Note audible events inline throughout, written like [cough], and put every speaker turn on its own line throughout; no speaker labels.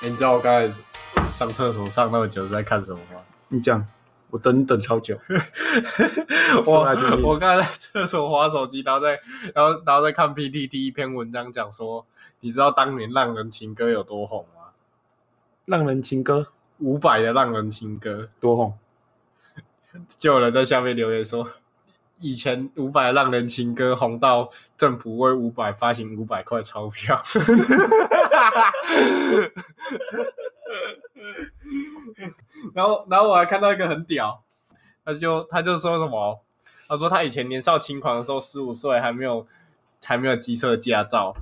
欸你知道我刚才上厕所上那么久是在看什么吗？
你讲，我等你等超久。
[laughs]
说来听
[laughs] 我
听
我刚才在厕所划手机，然后在然后然后在看 PPT 一篇文章，讲说你知道当年《浪人情歌》有多红吗？
浪人情歌
伍佰的《浪人情歌
多红，》，
就有人在下面留言说，以前伍佰的《浪人情歌》红到政府为伍佰发行五百块钞票。 [laughs] 然后，然后我还看到一个很屌，他就他就说什么，他说他以前年少轻狂的时候，十五岁还没有还没有机车驾照，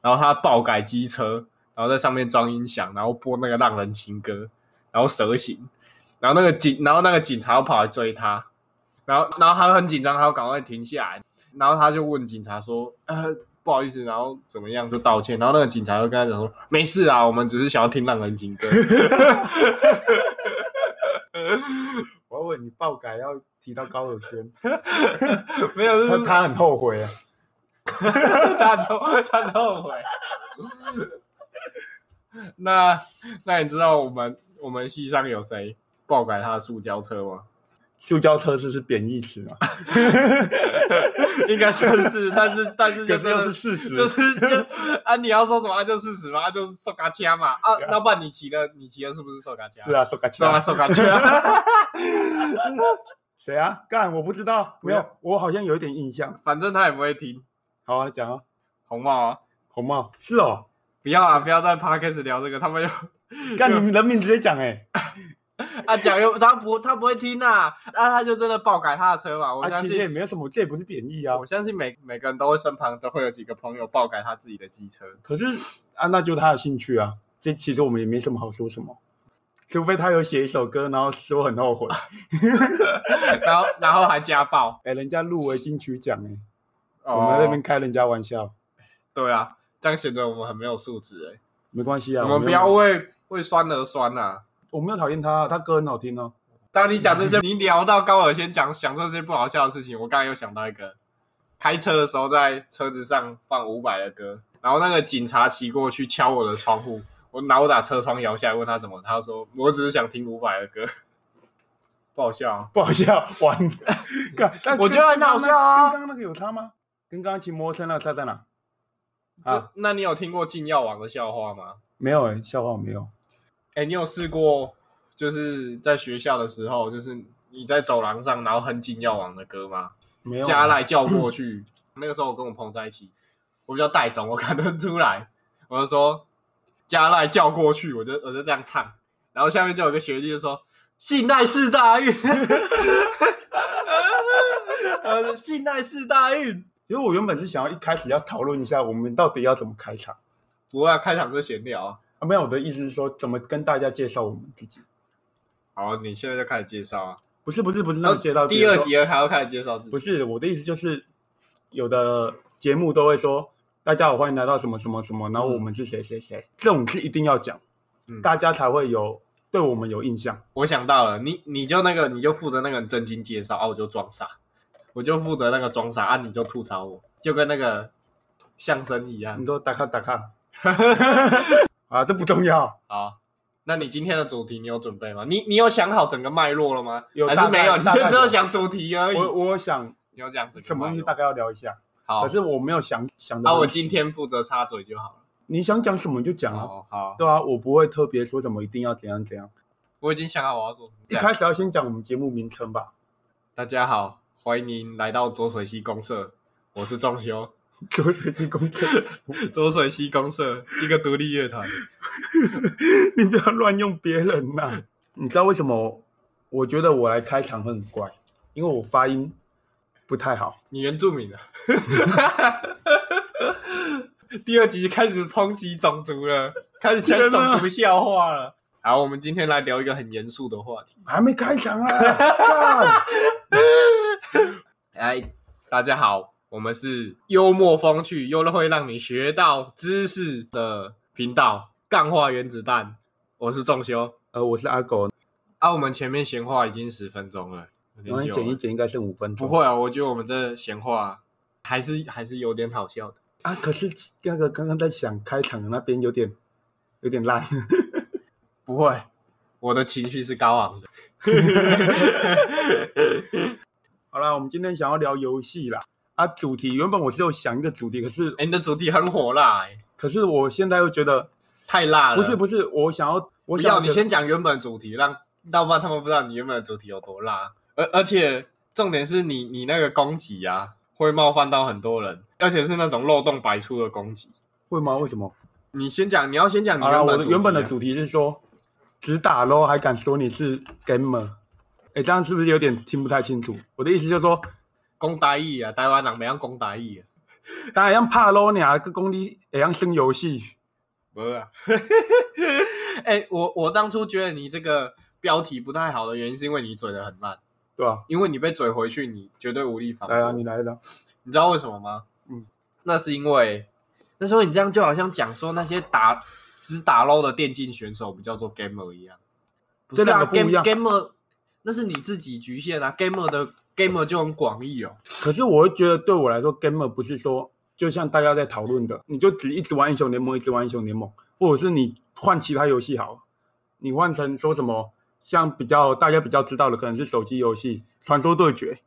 然后他爆改机车，然后在上面装音响，然后播那个浪人情歌，然后蛇行，然后那个警，然后那个警察又跑来追他，然后然后他很紧张，他要赶快停下来，然后他就问警察说，呃。不好意思，然后怎么样就道歉，然后那个警察就跟他讲说：“没事啊，我们只是想要听浪人 [laughs] 情歌。”
我要问你爆改要提到高尔轩，
没有，
[laughs] 他
就是
他很后悔啊。
他都他都后悔。那那你知道我们我们系上有谁爆改他的塑胶车吗？
塑胶车是是贬义词嘛？啊
应该算是，但是但是就
[laughs] 可
真
是又
的
是事实，
就是就啊，你要说什么、啊、就事实嘛，啊、就是受嘎掐嘛啊，那不然你骑的你骑的是不是受嘎掐？
是，啊，说嘎
对啊，
嚓。
受嘎掐。 [laughs]
谁啊？干，我不知道，没
没
有，我好像有一点印象。
反正他也不会听
好啊，讲啊，
红帽啊，
红帽是哦，
不要啊，不要在 p a r k a s 聊这个，他们又
干你们人名直接讲哎，
啊讲又他不他不会听呐、啊，啊他就真的爆改他的车嘛，我
啊，
相
其
信
实也没有什么，这也不是贬义啊
我。相信每每个人都会身旁都会有几个朋友爆改他自己的机车，
可是啊，那就他的兴趣啊。这其实我们也没什么好说什么，除非他有写一首歌，然后说很 [laughs] 后悔。
然后然后还家暴。
哎、人家入围金曲奖哎、
哦
我们在那边开人家玩笑，
对啊，这样显得我们很没有素质哎、
没关系啊。
我们
没有
不要，为为酸而酸呐、啊。
我没有讨厌他，他歌很好听哦。 [laughs]
当你讲这些，你聊到高尔先讲想这些不好笑的事情，我刚才又想到一个，开车的时候在车子上放伍佰的歌，然后那个警察骑过去敲我的窗户，我拿我打车窗摇下来问他怎么，他说我只是想听伍佰的歌， [laughs] 不好笑、啊。
不好笑，完。 [laughs] 干但
我觉得很好笑啊
跟刚刚那个有差吗？跟刚刚骑摩托车那个差在哪？
就
啊，
那你有听过禁药王的笑话吗？
没有哎、笑话没有。
哎、你有试过就是在学校的时候，就是你在走廊上，然后哼进药王的歌吗？
没有啊
加赖叫过
[clears throat]
去，那个时候我跟我朋友在一起，我比较带种，我看得出来，我就说加赖叫过去，我就我就这样唱，然后下面就有个学弟就说信赖四大运， [laughs] 呃，信赖四大运，
其实我原本是想要一开始要讨论一下，我们到底要怎么开场
不会啊，开场就闲聊啊。
啊？没有，我的意思是说，怎么跟大家介绍我们自己？
好，你现在就开始介绍啊。
不是不是不是，那种介绍
第二
比如说
集了，还要开始介绍自己
不。是我的意思，就是有的节目都会说“大家好，欢迎来到什么什么什么”，然后我们是谁谁谁，这种是一定要讲，
嗯
大家才会有对我们有印象。
我想到了，你你就那个，你就负责那个人正经介绍啊，我就装傻，我就负责那个装傻啊，你就吐槽我，就跟那个相声一样
你。说打卡打卡 [laughs] 啊，这不重要，
好，那你今天的主题你有准备吗？你你有想好整个脉络了吗？
有
还是没有？你
大概
就只
大概
有
有
想主题而已。
我我想
你有讲整
什
个
么
脉
东西
络
大？概要聊一下，
好，
可是我没有想想的。
啊，我今天负责插嘴就好了。
你想讲什么就讲啊，
哦，好，
对啊，我不会特别说什么一定要怎样怎样。
我已经想好我要做什么。
一开始要先讲我们节目名称吧， [laughs]
大家好，欢迎来到浊水溪公社，我是仲修。
左水晶公厕，
浊水溪公社一个独立乐团。
[laughs] 你不要乱用别人呐、你知道为什么？我觉得我来开场会很怪，因为我发音不太好。
你原住民啊！ [laughs] 第二集开始抨击种族了，开始讲
天哪
种族笑话了。好，我们今天来聊一个很严肃的话题。
还没开场啊！干
哎，大家好，我们是幽默风趣又会让你学到知识的频道——干化原子弹。我是仲修
[laughs] 呃，我是阿狗，
啊。我们前面闲话已经十分钟了，有
我
点久
们剪一
了。
剪应该剩五分钟。
不会啊，我觉得我们这闲话还是还是有点好笑的。
啊，可是那个刚刚在想开场的那边有点有点烂，
不会，我的情绪是高昂的。
[laughs] 好啦，我们今天想要聊游戏啦。啊，主题原本我是有想一个主题，可是
哎、你的主题很火辣、欸，
可是我现在又觉得
太辣了。
不是不是，我想要我
不
想
要，你先讲原本主题，让要不然他们不知道你原本的主题有多辣。而而且重点是你你那个攻击啊，会冒犯到很多人，而且是那种漏洞百出的攻击。
会吗？为什么？
你先讲，你要先讲你
好啦，
原
我
本
的
主题啊
原本的主题是说只打 l 还敢说你是 gamer，哎、这样是不是有点听不太清楚？我的意思就是说，
攻打义啊，台湾人没样攻打义啊，
当然像怕 l 你啊，跟工地一样生游戏，
不是啊。 [laughs] 哎、我我当初觉得你这个标题不太好的原因，是因为你嘴的很烂，
对吧、
因为你被嘴回去，你绝对无力反驳。
来啊，你来了，
你知道为什么吗？
嗯，
那是因为那时候你这样就好像讲说那些打只打 low 的电竞选手不叫做 gamer 一样，不是
这两
啊
个不一
，game
样
gamer 那是你自己局限啊，gamer 的 gamer 就很广义哦。
可是我会觉得对我来说，gamer 不是说就像大家在讨论的，你就只一直玩英雄联盟，一直玩英雄联盟，或者是你换其他游戏好了，你换成说什么，像比较大家比较知道的，可能是手机游戏《传说对决》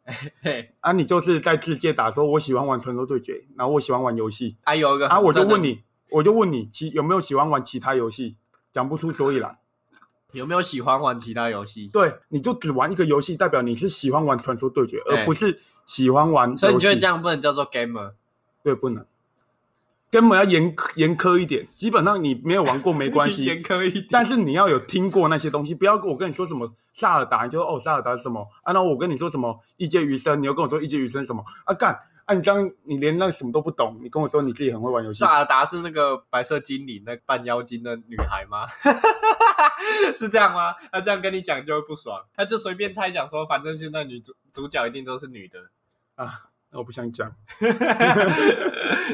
嘿，
啊，你就是在自界打说，我喜欢玩《传说对决》，然后我喜欢玩游戏
还、有一个
啊，我就
很正的
问，你，我就问你，其有没有喜欢玩其他游戏？讲不出所以然。
有没有喜欢玩其他游戏？
对，你就只玩一个游戏，代表你是喜欢玩《传说对决》，
哎
而不是喜欢玩游戏。
所以你觉得这样不能叫做 gamer？
对，不能，根本要严严苛一点。基本上你没有玩过没
[laughs]
关
严
系，
苛一点，
但是你要有听过那些东西，不要跟我跟你说什么萨尔达，你就说哦萨尔达是什么啊？那我跟你说什么一介余生，你又跟我说一介余生什么啊？干啊！你这样你连那个什么都不懂，你跟我说你自己很会玩游戏，
萨尔达是那个白色精灵那半妖精的女孩吗？ [laughs] 是这样吗？他这样跟你讲就会不爽，他就随便猜想说，反正现在女主主角一定都是女的。 [laughs]
啊那我不想讲。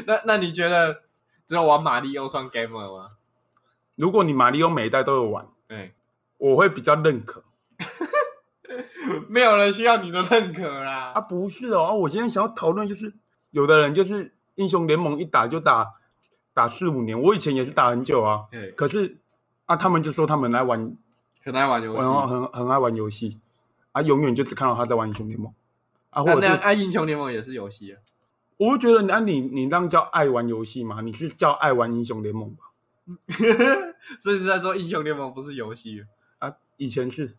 那那你觉得只有玩马里奥算 gamer 吗？哎
如果你马里奥每一代都有玩，
对，
我会比较认可
没有人需要你的认可啦。
啊。不是哦，啊我今天想要讨论就是，有的人就是英雄联盟一打就打打四五年，我以前也是打很久啊。
对，
可是啊，他们就说他们来玩，
哎很爱玩游
玩
戏。啊
很很爱玩游戏，啊，永远就只看到他在玩英雄联盟，啊，
那
或
那
者
样
是
爱英雄联盟也是游戏啊。
我会觉得，啊，你你那样叫爱玩游戏吗？你是叫爱玩英雄联盟吧？
所以是在说英雄联盟不是游戏。
啊，以前是，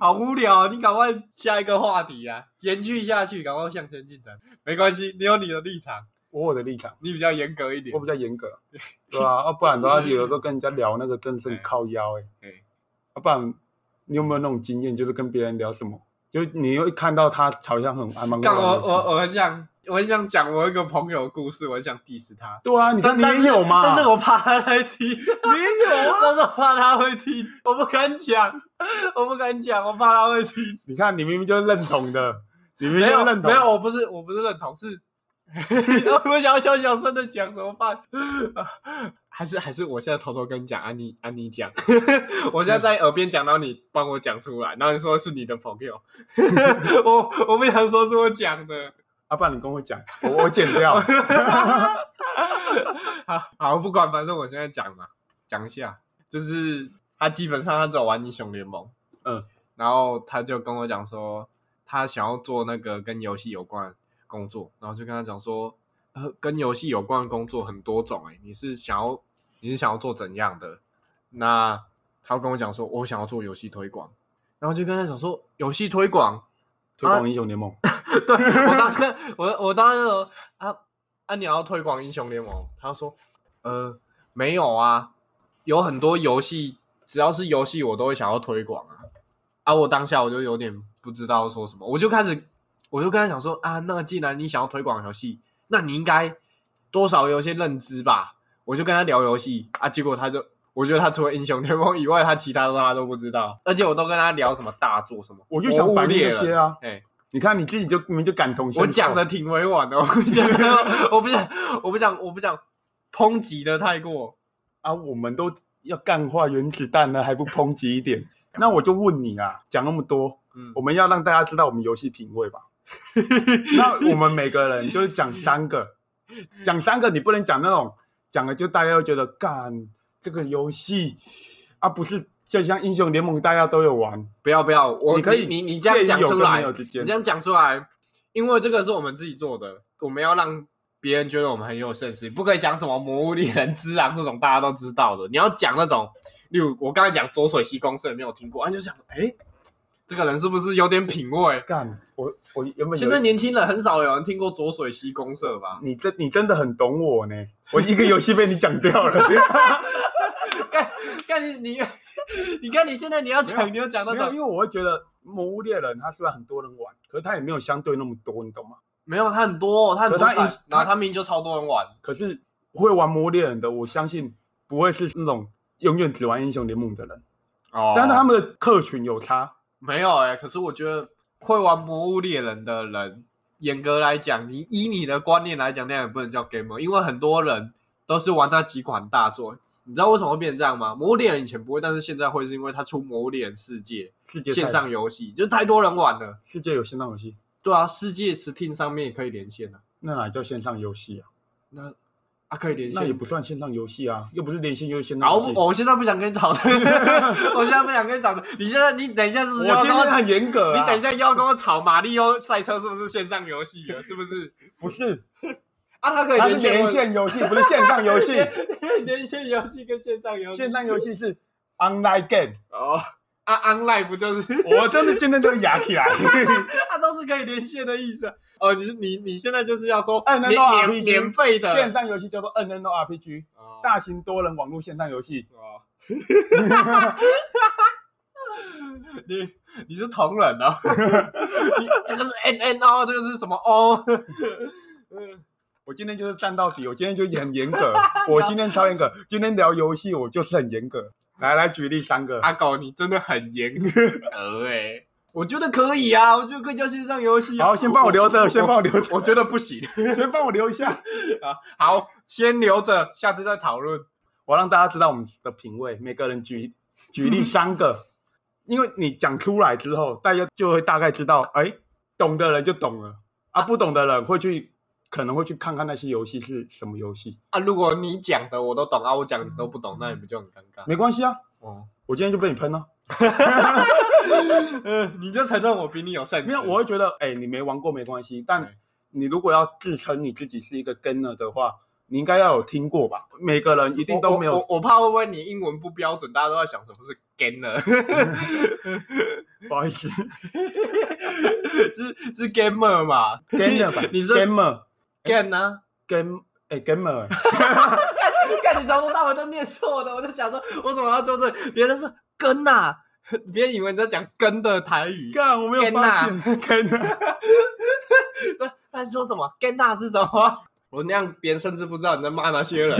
好无聊、啊，你赶快下一个话题啊，延续下去，赶快向前进展。没关系，你有你的立场，
我有我的立场，
你比较严格一点
我。比较严
[laughs]
格，对吧、啊？不然的话，有的时候跟人家聊那个真的是很靠腰哎、
[laughs] 对
啊，不然你有没有那种经验，就是跟别人聊什么，就是你又看到他好像很还蛮会
干
玩
我
游戏
我我很想，我很想讲我一个朋友的故事，我很想 diss 他。
对啊，你
但
看你
但是
也有吗？
但是我怕他来听，没有啊，但是我怕他会听，我不敢讲，我不敢讲，我怕他会听。
你看你明明就是认同的，你明明
没
就
有
是认同
没有，我不是我不是认同，
[laughs]
是我想要小小声的讲怎么办？ [laughs] 还是还是我现在偷偷跟你讲，安妮安妮讲， [laughs] 我现在在耳边讲，然后你帮我讲出来，然后你说是你的朋友， [laughs] 我我不想说是我讲的，
啊，不然你跟我讲，我我剪
[laughs]
掉。 [laughs]
好好不管，反正我现在讲嘛，讲一下，就是他基本上他只有玩英雄联盟，
嗯，
然后他就跟我讲说，他想要做那个跟游戏有关的工作，然后就跟他讲说，呃，跟游戏有关的工作很多种、欸，你是想要你是想要做怎样的？那他跟我讲说，我想要做游戏推广，然后就跟他讲说，游戏推广，
推广英雄联盟，
对我当时我我当时说啊啊你要推广英雄联盟，他说呃没有啊，有很多游戏只要是游戏我都会想要推广啊啊我当下我就有点不知道说什么，我就开始我就跟他讲说啊那既然你想要推广游戏，那你应该多少有些认知吧，我就跟他聊游戏啊，结果他就。我觉得他除了英雄联盟以外，他其他的他都不知道，而且我都跟他聊什么大作什么，
我就想反
反
映
列
这些
了。
啊。
哎，
你看你自己就你们就感同身受。
我讲的挺委婉的，我不想，我不想，我不想，我不想抨击的太过。
啊，我们都要干化原子弹了，还不抨击一点？那我就问你啊，讲那么多，
嗯
我，们要让大家知道我们游戏品味 [laughs] 吧。那我们每个人就是讲三个，讲三个，你不能讲那种讲了，就大家会觉得干这个游戏啊，不是就像英雄联盟大家都有玩，
不要不要，我
你可以
你你这样讲出
介意有跟没
来，
有之间
你这样讲出来，因为这个是我们自己做的，我们要让别人觉得我们很有 sense，不可以讲什么魔物猎人之狼这种大家都知道的，你要讲那种，例如我刚才讲左水溪公社没有听过，啊，就想说，哎，这个人是不是有点品味？
干我我原本
现
有
在年轻人很少有人听过左水溪公社
[laughs]
吧？
你真你真的很懂我呢，我一个游戏被你讲掉了，
干干你 [laughs] 你你看你现在你要
没
讲你要讲那
没有，
种
因为我会觉得《魔物猎人》它虽然很多人玩，可是它也没有相对那么多，你懂吗？
没有他很多哦他很
可
多
他
版
一
然后他明明就超多人玩，
可是会玩《魔物猎人》的，我相信不会是那种永远只玩英雄联盟的人，
哦
但是他们的客群有差，
没有哎、可是我觉得会玩《魔物猎人》的人，严格来讲，你以你的观念来讲，那样也不能叫 gamer，因为很多人都是玩那几款大作。你知道为什么会变成这样吗？《魔物猎人》以前不会，但是现在会，是因为它出《魔物猎人世界
世》界
线
太
上游戏，就太多人玩了。
世界有线上游戏，
对啊，世界 Steam 上面也可以连线啊，
那哪叫线上游戏啊？
那啊可以连线。
那也不算线上游戏啊，又不是连线，又是线上
好，
游
我
戏。
我现在不想跟你吵这个， [laughs] 我现在不想跟你吵这个。你现在你等一下是不
我
是要
现
跟我
在？很严格、啊，
你等一，下又要跟我吵马里奥赛车是不是线上游戏了？是不是？
不是，
[laughs] 啊，它可以
它是连
连
线
[laughs]
游戏，不是线上游戏。
连连线游戏跟线上游戏，
线上游戏是 online game。
哦，啊，online 不就是 [laughs]
我真的今天就哑起来。
它都是可以连线的意思啊？哦，你是你你现在就是要说
哎那
免
都好
免
RPG
免费的
线上游戏叫做 N N O R P G，
哦
大型多人网络线上游戏。
哦 [laughs] 你你是同人哦， [laughs] 你这个是 N N O，这个是什么 O？嗯
我今天就是站到底，我今天就很严 [laughs] 格，我今天超严格。今天聊游戏，我就是很严格。来来，举例三个。
阿狗，你真的很严 [laughs] 格哎，我觉得可以啊，我觉得可以叫线上游戏啊。
好，先帮我留着，先帮我留 [laughs]
我觉得不行。
着，先帮我留一下。
啊，好，先留着，下次再讨论。
我让大家知道我们的品味，每个人举举 [laughs] 例三个，因为你讲出来之后，大家就会大概知道，哎，懂的人就懂了，啊，不懂的人会去可能会去看看那些游戏是什么游戏，
啊，如果你讲的我都懂啊，我讲的你都不懂，那你不就很尴尬？
没关系啊，
哦，
我今天就被你喷了，
呃，你就承认我比你有 sense。
因为我会觉得，哎，你没玩过没关系，
对
但你如果要自称你自己是一个 gamer 的话，你应该要有听过吧？每个人一定都没
我
有
我，我怕会不会你英文不标准，大家都在想什么是 gamer， [laughs]
不好意思
是是 gamer 嘛
，gamer 吧
[laughs] 你是
，gamer
gan 啊？
game 哎
[laughs]
gamer，哎
看你从头到尾都念错的，我就想说，我怎么要纠正？别人是根呐、啊，别人以为你在讲根的台语，
干我没有发现 gamer。
他他
[laughs]
说什么 g a n a 是什么？我那样，别人甚至不知道你在骂那些
[laughs]
人，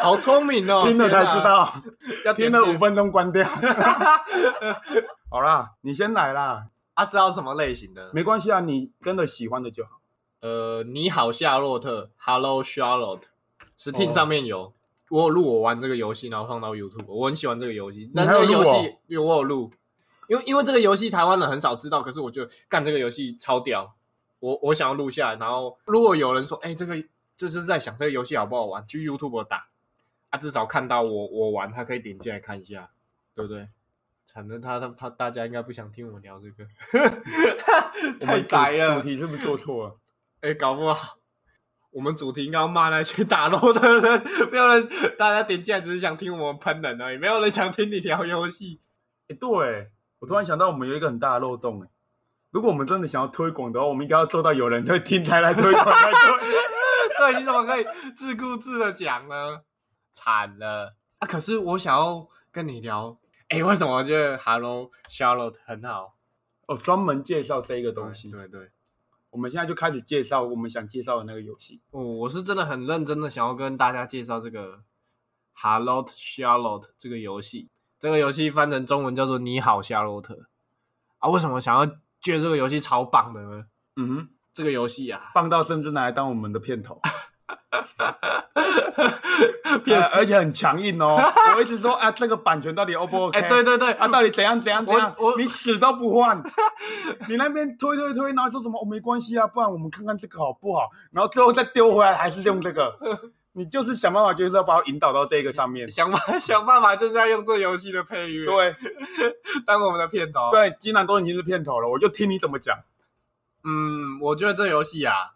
好聪明哦！
听了才知道，
[laughs] 天哪，要
听
点
了
点
五。分钟关
[laughs]
掉。 [laughs] 好啦，你先来啦，
啊，是要什么类型的？
没关系啊，你真的喜欢的就好。
呃，你好，夏洛特，Hello Charlotte，
哦
Steam 上面有，我有录我玩这个游戏，然后放到 YouTube，我很喜欢这个游戏。
还
但这个
有
游
录哦
戏，因为我有录，因为因为这个游戏台湾人很少知道，可是我觉得干这个游戏超屌，我我想要录下来。然后如果有人说，哎、这个就是在想这个游戏好不好玩，去 YouTube 打，啊，至少看到我我玩，他可以点进来看一下，对不对？反正他他他大家应该不想听我聊这个， [laughs]
我
太
们主
宅了
主。题是不是做错了？
哎、搞不好我们主题应该要骂那些打楼的人，没有人，大家点进来只是想听我们喷人而已，没有人想听你聊游戏。 [laughs]
哎、对，我突然想到，我们有一个很大的漏洞哎、如果我们真的想要推广的话，我们应该要做到有人会听才来推广。才对
[laughs] 对，你怎么可以自顾自的讲呢？惨了啊！可是我想要跟你聊，哎、为什么我觉得 Hello Charlotte 很好？
哦，专门介绍这一个东西。
对对对，
我们现在就开始介绍我们想介绍的那个游戏。
哦，我是真的很认真的想要跟大家介绍这个 Hello Charlotte 这个游戏。这个游戏翻成中文叫做“你好，夏洛特”。啊，为什么想要觉得这个游戏超棒的呢？
嗯哼，
这个游戏啊，
棒到甚至拿来当我们的
[laughs]
片头。
骗
呃而且很强
[laughs]
硬哦。我一直说啊，这个版权到底 O 不 OK？
哎、对对对，
啊，到底怎样怎样怎样？
我我
你死都不 [laughs] 换，你那边推推推，然后说什么、哦、没关系啊，不然我们看看这个好不好？然后最后再丢回来，还是用这个，你就是想办法，就是要把我引导到这个上 [laughs] 面。
想办 [laughs] 想办法，就是要用这游戏的配乐，，
对
当我们的片头。，
对，既然都已经是片头了，我就听你怎么讲。
嗯，我觉得这游戏啊，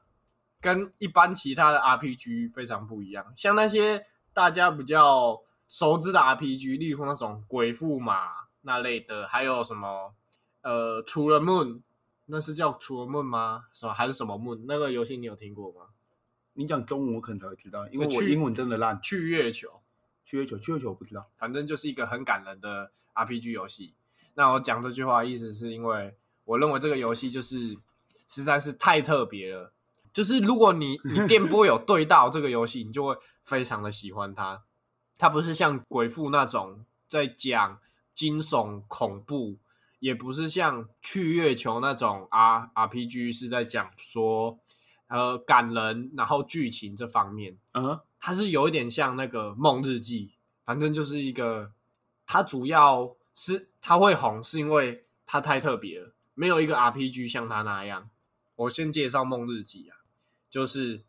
跟一般其他的 RPG 非常不一样。像那些大家比较熟知的 RPG，例如那种鬼父嘛那类的，还有什么呃，除了 Moon，那是叫除了 Moon 吗？什么还是什么 Moon？那个游戏你有听过吗？
你讲中文我可能才会知道，因为我
去
英文真的烂。
去月球。
去月球，去月球我不知道。
反正就是一个很感人的 RPG 游戏。那我讲这句话的意思是因为我认为这个游戏就是实在是太特别了，就是如果你你电波有对到这个游戏，你就会非常的喜欢它。它不是像鬼父那种在讲惊悚恐怖，也不是像去月球那种 R RPG 是在讲说呃感人，然后剧情这方面。
嗯哼，
它是有一点像那个《梦日记》，反正就是一个，它主要是它会红，是因为它太特别了，没有一个 RPG 像它那样。我先介绍《梦日记》啊，就是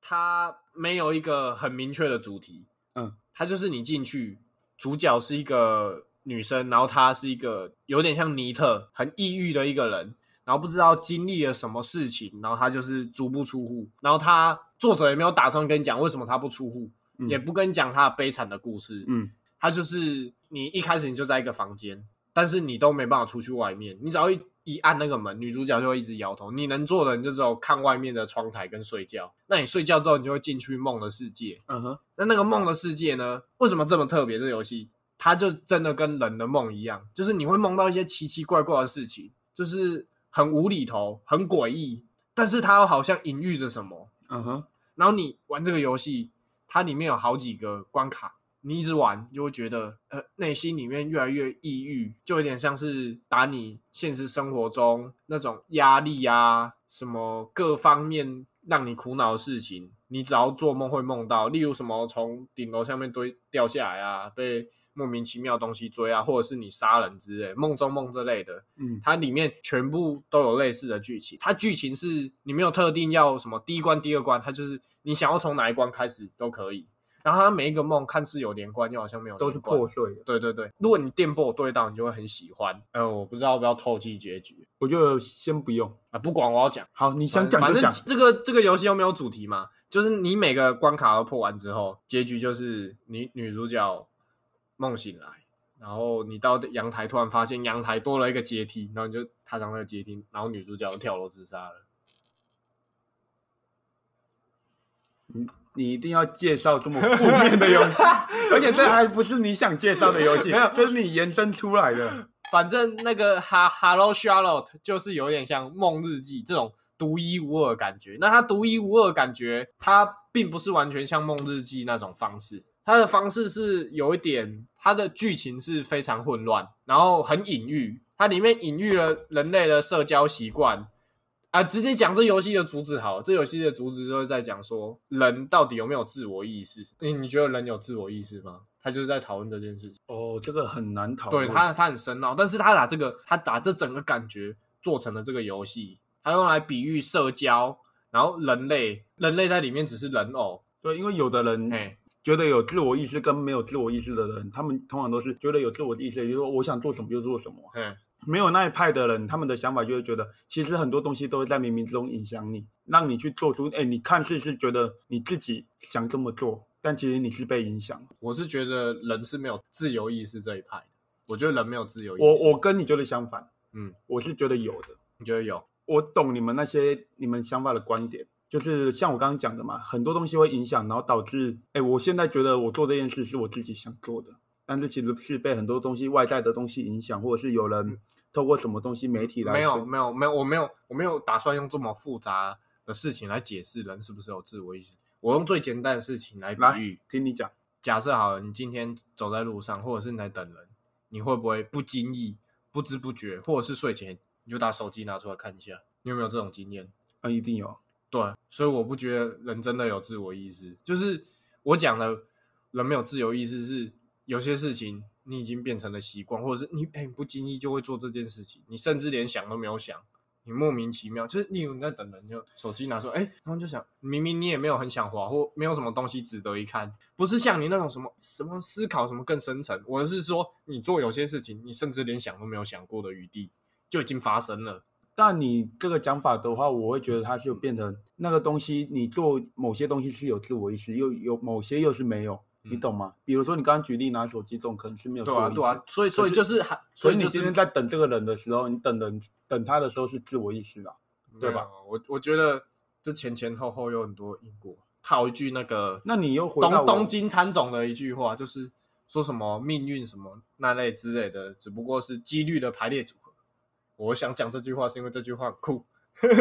它没有一个很明确的主题，
嗯，
它就是你进去，主角是一个女生，然后她是一个有点像尼特，很抑郁的一个人，然后不知道经历了什么事情，然后他就是足不出户，然后他作者也没有打算跟你讲为什么他不出户，
嗯
也不跟你讲他的悲惨的故事，
嗯，
他就是你一开始你就在一个房间，但是你都没办法出去外面，你只要一一按那个门，女主角就会一直摇头，你能做的你就只有看外面的窗台跟睡觉，那你睡觉之后你就会进去梦的世界，
嗯哼，
那那个梦的世界呢？为什么这么特别？这游戏它就真的跟人的梦一样，就是你会梦到一些奇奇怪怪的事情，就是很无厘头、很诡异，但是它又好像隐喻着什么。
嗯哼，
然后你玩这个游戏，它里面有好几个关卡，你一直玩就会觉得，呃，内心里面越来越抑郁，就有点像是打你现实生活中那种压力啊，什么各方面让你苦恼的事情，你只要做梦会梦到，例如什么从顶楼下面堆掉下来啊，被莫名其妙的东西追啊，或者是你杀人之类，梦中梦之类的，
嗯
它里面全部都有类似的剧情。它剧情是你没有特定要什么第一关、第二关，它就是你想要从哪一关开始都可以。然后它每一个梦看似有连贯，又好像没有连
都
贯，
是破碎的。
对对对，如果你电波有对到，你就会很喜欢。呃，我不知道要不要透析结局
我就先不用。
啊，不管我要讲，
好，你想讲
反
就
正
讲。
这个这个游戏又没有主题嘛，就是你每个关卡都破完之后，结局就是你女主角梦醒来，然后你到阳台突然发现阳台多了一个阶梯，然后你就踏上那个阶梯，然后女主角就跳楼自杀了。
你一定要介绍这么负面的游戏，
[laughs]
而且这还不是你想介绍的游戏
没有，
这是你延伸出来的。
反正那个哈 Hello Charlotte 就是有点像梦日记这种独一无二的感觉。那它独一无二的感觉，它并不是完全像梦日记那种方式，它的方式是有一点，它的剧情是非常混乱，然后很隐喻，它里面隐喻了人类的社交习惯。啊，直接讲这游戏的主旨好了。这游戏的主旨就是在讲说，人到底有没有自我意识？你你觉得人有自我意识吗？他就是在讨论这件事情。
哦，这个很难讨
对
论。
他，他很深奥，但是他把这个，他把这整个感觉做成了这个游戏，他用来比喻社交，然后人类，人类在里面只是人偶，
对，因为有的人
嘿，
觉得有自我意识跟没有自我意识的人，他们通常都是觉得有自我意识，也就是说我想做什么就做什么。
嘿，
没有那一派的人，他们的想法就会觉得，其实很多东西都会在冥冥之中影响你，让你去做出，哎，你看似是觉得你自己想这么做，但其实你是被影响。
我是觉得人是没有自由意识这一派的，我觉得人没有自由意识，
我我跟你觉得相反，
嗯，
我是觉得有的。
你觉得有？
我懂你们那些你们想法的观点，就是像我刚刚讲的嘛，很多东西会影响，然后导致，哎，我现在觉得我做这件事是我自己想做的，但是其实是被很多东西外在的东西影响，或者是有人透过什么东西媒体来
没有
宣
没有没有，我没有我没有打算用这么复杂的事情来解释人是不是有自我意识，我用最简单的事情来比
来
喻。
听你讲，
假设好了，你今天走在路上，或者是你在等人，你会不会不经意、不知不觉，或者是睡前，你就把手机拿出来看一下？你有没有这种经验？
嗯，一定有，
对，啊所以我不觉得人真的有自我意识。就是我讲的，人没有自由意识是有些事情你已经变成了习惯，或者是你哎、不经意就会做这件事情，你甚至连想都没有想，你莫名其妙，就是例如你在等人，就手机拿出来，哎、然后就想，明明你也没有很想滑，或没有什么东西值得一看，不是像你那种什么什么思考什么更深层，我是说你做有些事情，你甚至连想都没有想过的余地就已经发生了。
但你这个讲法的话，我会觉得它就变成那个东西，你做某些东西是有自我意识，又有某些又是没有，你
嗯
懂吗？比如说你刚刚举例拿手机这种，可能是没有自
对
我意
啊，
识。
对啊，所以所以就是还，所
所以
以
你
就
今
是
天在等这个人的时候，你等人等他的时候是自我意识的啊，对
没
吧
有？我我觉得这前前后后有很多因果。套一句那个，
那你又回到
东
我
东京参总的一句话，就是说什么命运什么那类之类的，只不过是几率的排列组合。我想讲这句话是因为这句话很酷。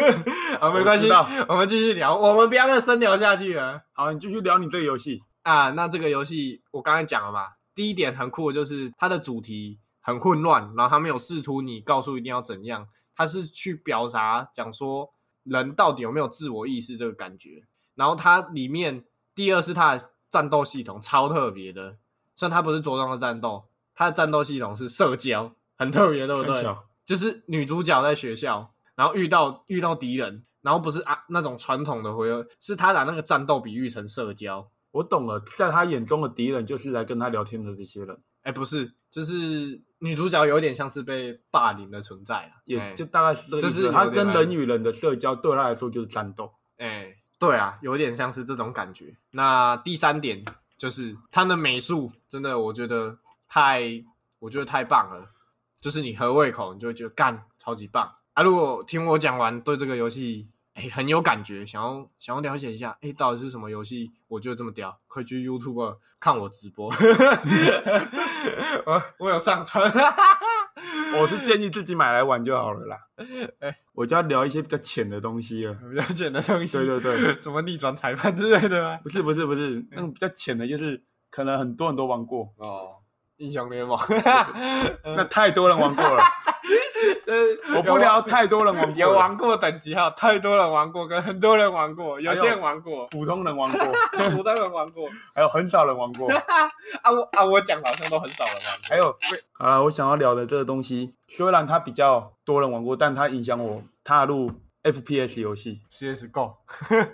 [laughs] 好，没关系，
我知道
我们继续聊，我们不要再深聊下去了
好，你继续聊你这个游戏。
啊。那这个游戏我刚才讲了嘛，第一点很酷，就是它的主题很混乱，然后它没有试图你告诉一定要怎样，它是去表达讲说人到底有没有自我意识这个感觉。然后它里面第二是它的战斗系统超特别的，虽然它不是着装的战斗，它的战斗系统是社交，很特别，对不
三
对
小？
就是女主角在学校，然后遇到遇到敌人，然后不是啊那种传统的回合，是他把那个战斗比喻成社交。
我懂了，在他眼中的敌人就是来跟他聊天的这些人，
哎，不是，就是女主角有点像是被霸凌的存在啊，
也
哎
就大概是这个意
这是
思。
有
他
点
跟
来
人
的
与人的社交对他来说就是战斗。
哎、对啊，有点像是这种感觉。那第三点就是他的美术真的，我觉得太，我觉得太棒了，就是你合胃口，你就会觉得干超级棒啊！如果听我讲完，对这个游戏哎很有感觉，想要想要了解一下，哎、到底是什么游戏，我就这么屌，快去 YouTube 看我直
[laughs]
播， [laughs] 我我有上传，啊
我是建议自己买来玩就好了
[laughs]
啦。
哎
我就要聊一些比较浅的东西啊了。
比较简单的东西，
对对对，
[laughs] 什么逆转裁判之类的吗？
不是不是不是，
哎
那种比较浅的，就是可能很多人都玩过，
哦，英雄联盟，
那太多人玩过了。
呃
我不聊太多人玩过，
有玩过等级哈，太多人玩过，跟很多人玩过，有些人玩过，
普通人玩过，
[laughs] 普通人玩过
还有很少人玩
[laughs]
过，
啊，我啊我讲的好像都很少人玩过，
还 [laughs] 有啊，我想要聊的这个东西，虽然它比较多人玩过，但它影响我踏入 FPS 游戏，
CSGO、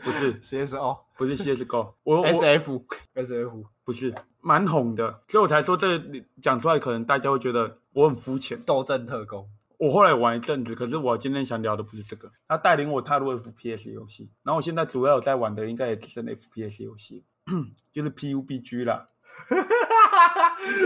不是
CSO、[laughs]
不是 CS:GO，我我
SF、SF， [laughs]
不是蛮红的，所以我才说这个讲出来，可能大家会觉得我很肤浅。
斗阵特工，
我后来玩一阵子，可是我今天想聊的不是这个。他带领我踏入 FPS 游戏，然后我现在主要有在玩的应该也只剩 FPS 游戏， [clears throat] 就是 PUBG
[laughs]
啦，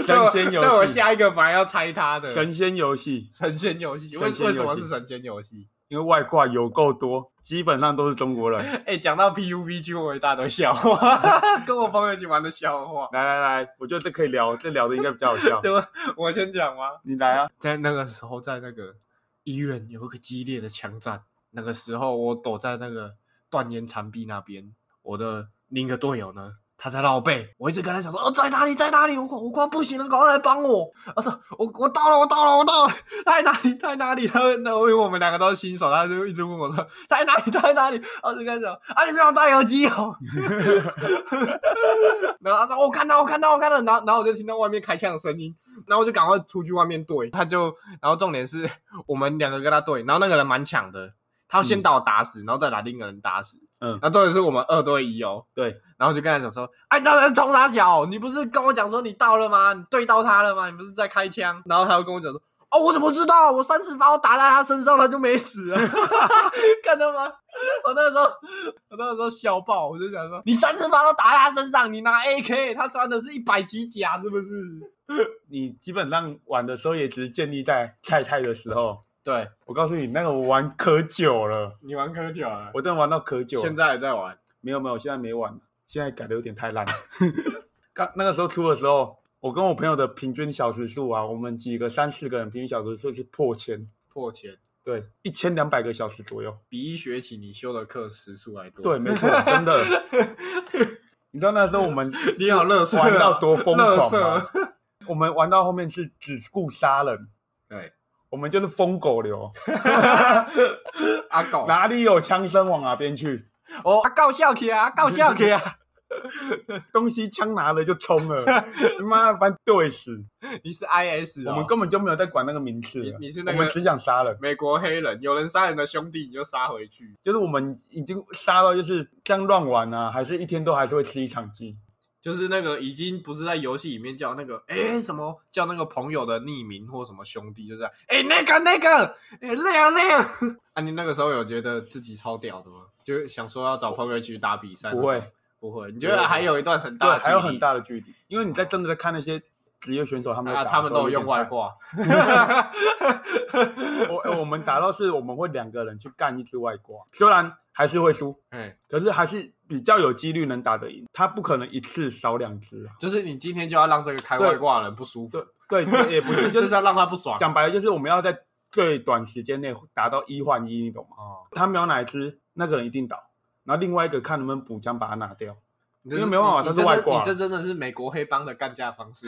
神仙游戏
对我下一个本来要猜他的
神仙游戏，
神仙游戏，为
神仙游
为
戏
什么是神仙游戏？
因为外挂有够多，基本上都是中国人。
[laughs] 哎，讲到 PUBG，我有一大堆笑 [laughs] 话，跟我朋友一起玩的笑话，
来来来，我觉得这可以聊，这聊的应该比较好
[laughs]
笑。
对吧？我先讲吗？
你来啊，
在那个时候，在那个医院有一个激烈的枪战。那个时候，我躲在那个断岩残壁那边，我的另一个队友呢，他在绕背，我一直跟他讲说：“哦，在哪里，在哪里？我快我快不行了，赶快来帮我！” [laughs] 他说：“我我到了，我到了，我到了，在哪里，在哪里？”他那因为我们两个都是新手，他就一直问我说：“在哪里，在哪里？”我就跟他讲：“啊，你不要戴耳机哦。” [laughs] 然后他说：“哦我看到，我看到，我看到。”然后然后我就听到外面开枪的声音，然后我就赶快出去外面对，他就，然后重点是我们两个跟他对，然后那个人蛮强的，他要先把我打死，然后再把另一个人打死，
嗯
然后重点是我们二对一哦，
对，
然后就跟他讲说，哎，当然冲他小，你不是跟我讲说你到了吗？你对到他了吗？你不是在开枪？然后他又跟我讲说，哦，我怎么知道？我三十发我打在他身上，他就没死了， [laughs] 看到吗？我那个时候，我那个时候笑爆，我就想说，你三十发都打在他身上，你拿 AK，他穿的是一百级甲，是不是？
你基本上玩的时候也只是建立在菜菜的时候。
对
我告诉你，那个我玩可久了，
你玩科角了，
我真的玩到可久了。
现在还在玩。
没有没有，现在没玩，现在改的有点太烂。刚那个时候出的时候，我跟我朋友的平均小时数啊，我们几个三四个人平均小时数是破千，
破千，
对，一千两百个小时左右。
比一学期你修的课时数还多。
对，，没错，真的。你知道那时候我们
[laughs] 你好乐色、啊，
[laughs] 玩到多
[laughs]
疯狂
乐
吗
色。？
我们玩到后面是只顾杀人，
对，
我们就是疯狗流，
阿狗，
哪里有枪声往哪边去。
[laughs] 哦，阿狗笑起啊，阿狗笑起啊，
东西枪拿了就冲
[laughs]
了，妈的，反对死，
你是 IS，、哦、
我们根本就没有在管那个名次
你
了，
你是那
我们
个
只想杀人，
美国黑人，有人杀人的兄弟你就杀回去。
就是我们已经杀到就是这样乱玩啊，还是一天都还是会吃一场鸡，
就是那个已经不是在游戏里面叫那个哎什么叫那个朋友的匿名或什么兄弟，就这样哎那个那个哎那样那样 [laughs] 啊！你那个时候有觉得自己超屌的吗？就想说要找朋友一起打比赛？
不会，
不会。你觉得还有一段很大
对，
的，
还有很，大的距离，因为你在真的在看那些职业选手他们在
啊，
打的
他们
时候
都有用
点
外
看
挂，
我呃我们打到是我们会两个人去干一只外挂，虽然还是会输，
哎，
可是还是比较有几率能打得赢。他不可能一次少两只啊，
就是你今天就要让这个开外挂的人不舒服，
对，也
[laughs]
不是，就
就是是要让他不爽。
讲白了，就是我们要在最短时间内达到一换一，你懂吗？
哦，
他瞄哪一只，那个人一定倒，然后另外一个看能不能补枪把他拿掉。
你这是
因为没办法
你
他
你
是
真的
外挂
你这真的是美国黑帮的干架方
[laughs]
式。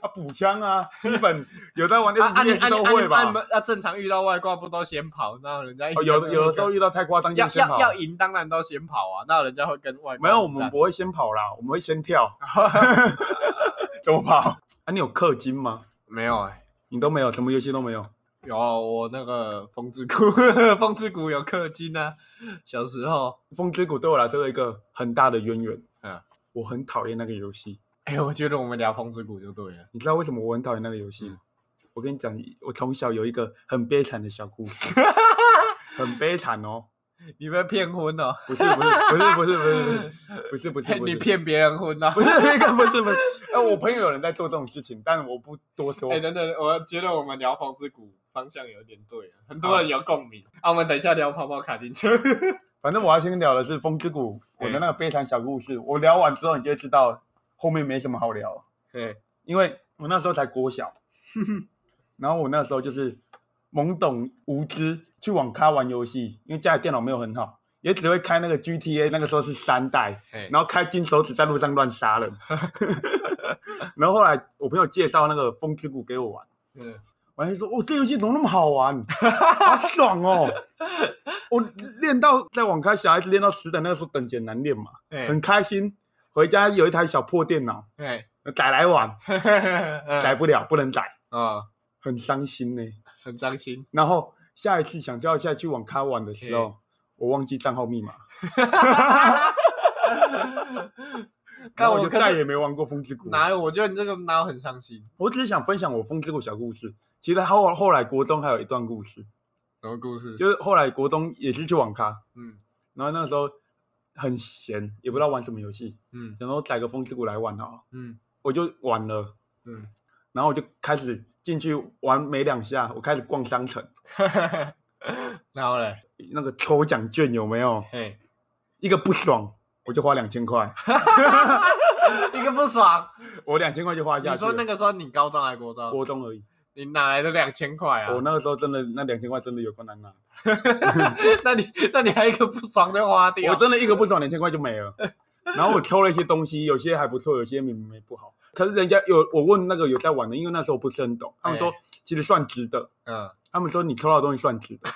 啊，补枪啊，基本有在玩
啊
那
啊你
些
啊你
都会
啊你
吧
们？啊正常遇到外挂不都先跑？那人家一
哦，有的有的时候遇到太夸张就
要
先跑
要，要赢，当然都先跑啊。那人家会跟外挂
没有我
混
们
战
不会先跑啦，我们会
[laughs]
先跳。怎么跑？啊，你有氪金吗？
没有哎、
你都没有，什么游戏都没有。
有我那个风之谷， [laughs] 风之谷有氪金啊。小时候，
风之谷对我来说有一个很大的渊源。
嗯，
我很讨厌那个游戏，
哎、我觉得我们聊风之谷就对了。
你知道为什么我很讨厌那个游戏吗？
嗯
我跟你讲，我从小有一个很悲惨的小
[laughs]
故事，很悲惨哦。
你被骗婚了、
不是不是不是不是不是不是不是不是，
嘿 [laughs] 你骗别人婚了、哦
不是那个不是不是。哎，我朋友有人在做这种事情，但我不多说
哎、。等等，我觉得我们聊风之谷方向有点对了，很多人有共鸣。啊，我们等一下聊跑跑卡丁 [laughs] 车。
反正我要先聊的是风之谷，我的那个悲惨小故事。我聊完之后，你就会知道后面没什么好聊。
对，
因为我那时候才国小，然后我那时候就是懵懂无知，去网咖玩游戏，因为家里电脑没有很好，也只会开那个 GTA，那个时候是三代，
嘿
然后开金手指在路上乱杀人。 [laughs] 然后后来我朋友介绍那个《风之谷》给我玩，
嗯
我还说：“哦，这游戏怎么那么好玩， [laughs] 好爽哦！”我练到在网咖小孩子练到十等，那个时候等级很难练嘛，
哎
很开心。回家有一台小破电脑，
哎，
载
[laughs]
来玩，载
嗯
不了，不能载。
啊，
很伤心呢、
很伤心。
然后下一次想叫下去网咖玩的时候，我忘记账号密码，然
但
后
我
就
可
再
是
也没玩过风之谷。
哪有？我觉得你这个哪有很伤心？
我只是想分享我风之谷小故事。其实后后来国中还有一段故事，
什么故事？
就是后来国中也是去网咖，
嗯
然后那时候很闲，也不知道玩什么游戏，
嗯
然后载个风之谷来玩哈，
嗯
我就玩了，
嗯，
然后我就开始进去玩没两下，我开始逛商城，
[laughs] 然后嘞，
那个抽奖券有没有？
嘿，
一个不爽，我就花两千块，
一个不 [laughs] 爽。
我两千块就花下去了。
你说那个时候你高中还国中？
国中而已。
你哪来的两千块啊
我？那个时候真的那两千块真的有够难拿，
[laughs] 那你那你还一个不爽就花掉
我？真的一个不爽两千块就没了。然后我抽了一些东西，有些还不错，有些明明不好。可是人家有我问那个有在玩的，因为那时候我不是很懂，他们说
哎
其实算值的。
嗯，
他们说你抽到的东西算值的。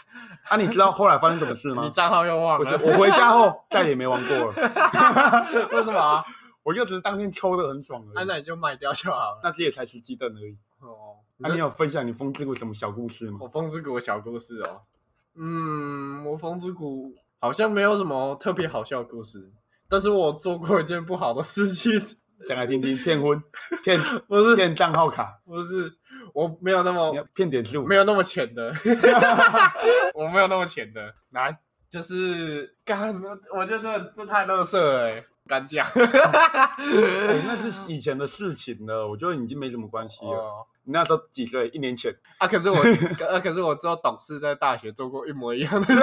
啊，你知道后来发生什么事
你
吗？
账号又忘
不是，
了？
我回家后再也没玩过了。
为什么啊？
我就只是当天抽的很爽而
啊
已，
那你就卖掉就好了。
那这也才十几等而已。
哦，
那、啊你有分享你风之谷什么小故事吗？
我风之谷的小故事哦，嗯，我风之谷好像没有什么特别好笑的故事，但是我做过一件不好的事情，
讲来听听。骗婚，骗
[laughs] 不是
骗账号卡，
不是，我没有那么
你要骗点数
没。有那么浅
[laughs]
的，我没有那么浅的，
来，
就是干，我觉得这太乐色了、欸，敢讲。
哎那是以前的事情了，我觉得已经没什么关系了。
哦
你那时候几岁？一年前，
啊！可是
[laughs]
我，可可是我知道董事在大学做过一模一样的事，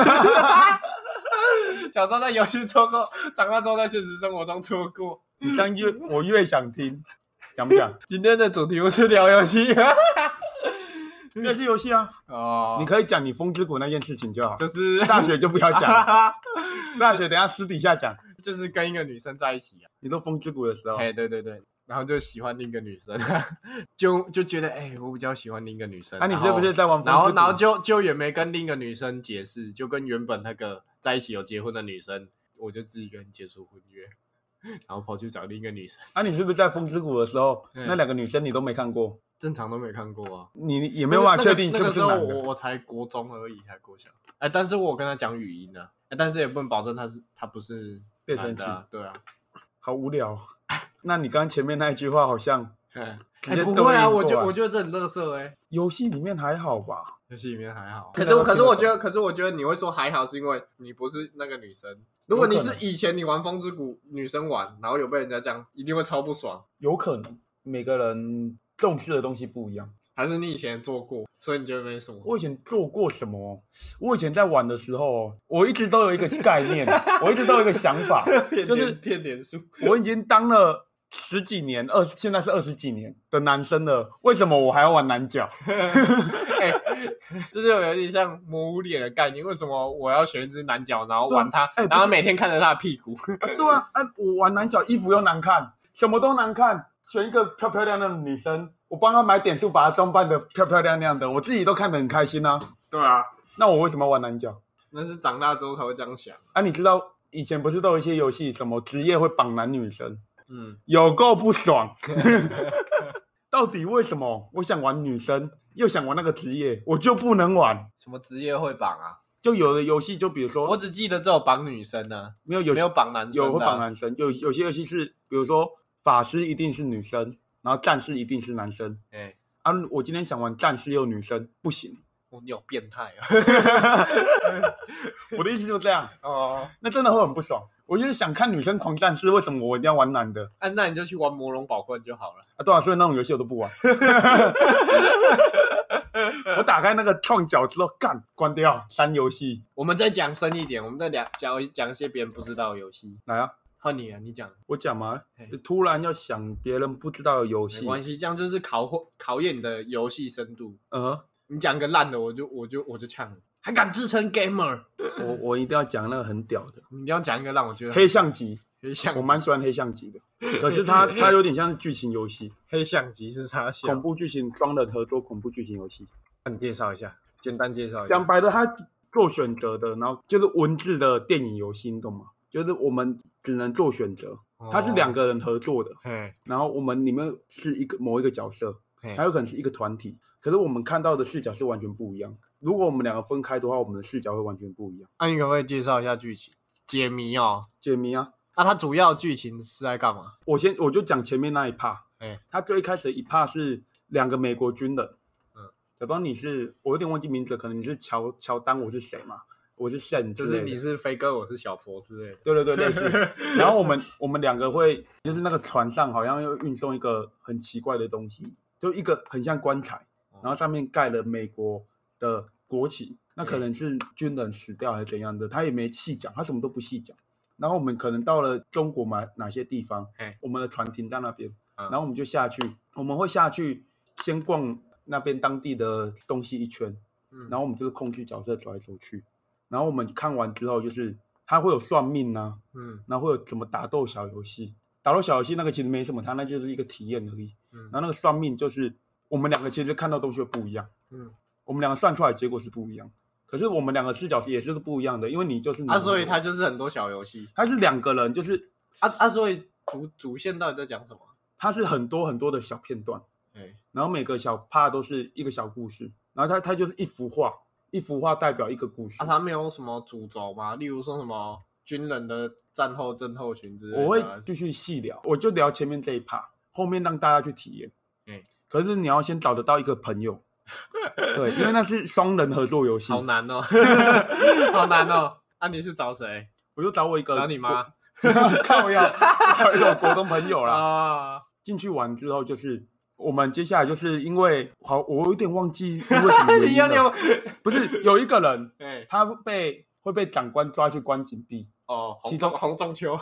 [laughs] 小时候在游戏做过，长大之后在现实生活中做过。
你这样越我越想听，讲不
[laughs]
讲？
今天的主题不是聊游戏啊
这是游戏啊，
哦，
你可以讲你风之谷那件事情就好，
就是 [laughs]
大学就不要讲，大学等一下私底下讲。
就是跟一个女生在一起啊，
你都风之谷的时候，
哎、对对对，然后就喜欢另一个女生，啊 [laughs] 就就觉得哎、我比较喜欢另一个女生。
啊，你
然
是
后
不是？在玩风之
然
谷？
后然后就就也没跟另一个女生解释，就跟原本那个在一起有结婚的女生我就自己一个人解除婚约，然后跑去找另一个女生，
啊，你是不是在风之谷的时候，
嗯
那两个女生你都没看过，
正常都没看过啊。
你也没有办法确定
那
是
个那
不
个
是
时候
男
我
的？
我才国中而已，才国小。哎，但是我有跟他讲语音啊，哎但是也不能保证他是他不是
变
男
声
的
器，
啊，对啊。
好无聊。 [laughs] 那你刚刚前面那一句话好像
哎，
直接
不
动
会啊，我
力过
就
来
我觉得这很乐色哎，
游戏里面还好吧？
游戏里面还好。
可
可
是
是
我
我
可
可
是
是
我
我
觉
觉
得
得，可是我觉得你会说还好，是因为你不是那个女生。
如
如
果
果
你
你
是
是以前你玩风之谷女生玩，然后有被人家这样，一定会超不爽。
有可能每个人重视的东西不一样。
还是你以前做过，所以你觉得没什么？
我以前做过什么？我以前在玩的时候，我一直都有一个概
[laughs]
念，我一直都有一个想法，就是
骗点数，
我已经当了十几年，二现在是二十几年的男生了，为什么我还要玩男角？
哎、这就有点像魔物猎人的概念。为什么我要选一只男角，然后
对啊
玩它，
哎不是
然后每天看着它的屁股？ [laughs]
对啊，啊，我玩男角，衣服又难看，什么都难看，选一个漂漂亮亮的女生，我帮她买点数，把她装扮的漂漂亮亮的，我自己都看得很开心啊。
对啊，
那我为什么要玩男角？
那是长大之后才会这样想。
啊，你知道以前不是都有一些游戏，什么职业会绑男女生，
嗯，
有够不爽。 [laughs] 到底为什么我想玩女生，又想玩那个职业，我就不能玩？
什么职业会绑啊？
就有的游戏，就比如
我
说
只记得只有绑女生呢、
没有
啊，
有
没有绑男生、啊。
有会绑男生，有有些游戏是，比如说法师一定是女生，然后战士一定是男生。
哎、
啊，我今天想玩战士又女生，不行。
我你有变态啊！
我的意思就这样，
哦，
那真的会很不爽。我就是想看女生狂战士，为什么我一定要玩男的？
啊，那你就去玩魔龙宝冠就好了。
啊，对啊，所以那种游戏我都不玩。 [laughs] 我打开那个创角之后，干关掉删游戏，
我们再讲深一点，我们再聊讲讲一些别人不知道的游戏。
来啊，
换你了，你讲
我讲嘛
嘿，
突然要想别人不知道的游
没
戏，
关系，这样就是考考验你的游戏深度。
呃，
你讲个烂的，我就我就我就呛你，还敢自称 gamer？
我我一定要讲那个很屌的
你一定要讲一个让我觉得
黑象棋，
黑象
我蛮喜欢黑象棋的，可是它它有点像是剧情游戏，
黑象级是啥
恐怖剧情双人合作恐怖剧情游戏，
你介绍一下，简单介绍一
讲
下。
白了，它做选择的，然后就是文字的电影游戏，你懂吗？就是我们只能做选择，它是两
个，
个人合作的。
哦嘿，
然后我们里面是一个某一个角色，
嘿
还有可能是一个团体，可是我们看到的视角是完全不一样。如果我们两个分开的话，我们的视角会完全不一样。
那你可不可以介绍一下剧情？解谜哦。
解谜啊，
那它主要剧情是在干嘛？
我先我就讲前面那一 part，
哎
他最一开始的一 part 是两个美国军人，
嗯，假
装你是我有点忘记名字，可能你是乔乔丹，我是谁嘛？我是 Shen，之
就
类的
是你是飞哥，我是小佛之类的。
对对对，
[laughs]
类似。然后我们我们两个会，就是那个船上好像又运送一个很奇怪的东西，就一个很像棺材，
哦
然后上面盖了美国的国旗，那可能是军人死掉还是怎样的，他也没细讲，他什么都不细讲。然后我们可能到了中国嘛哪些地方
嘿，
我们的船停在那边，
嗯
然后我们就下去，我们会下去先逛那边当地的东西一圈，
嗯
然后我们就是控制角色走来走去，然后我们看完之后就是他会有算命啊，
嗯
然后会有什么打斗小游戏，打斗小游戏那个其实没什么，它那就是一个体验而已。然
嗯
后那个算命就是我们两个其实看到东西会不一样，
嗯。
我们两个算出来的结果是不一样，可是我们两个视角是也是不一样的，因为你就是
啊，所以它
他
就是很多小游戏。
他是两个人，就是
啊啊，所以主主线到底在讲什么？
他是很多很多的小片段，
哎，
然后每个小帕都是一个小故事，然后它它就是一幅画，一幅画代表一个故事
啊，。他没有什么主轴吗？例如说什么军人的战后症候群之类的啊。
我会继续细聊，我就聊前面这一趴，后面让大家去体验。
嗯，
可是你要先找得到一个
[laughs]
朋友，对，因为那是双人合作游戏。
好
[laughs]
难哦，好难哦。啊，你是找谁？
我就找我一个，
找你妈 [laughs]
国，靠要找一个国中朋友啦。
啊？
进去玩之后，就是我们接下来就是因为好，我有点忘记因为什么原
[laughs] 你
因
有
了。
点
不是有一个人
哎
他被会被长官抓去关禁闭，
哦，
其
红
中
中红中秋，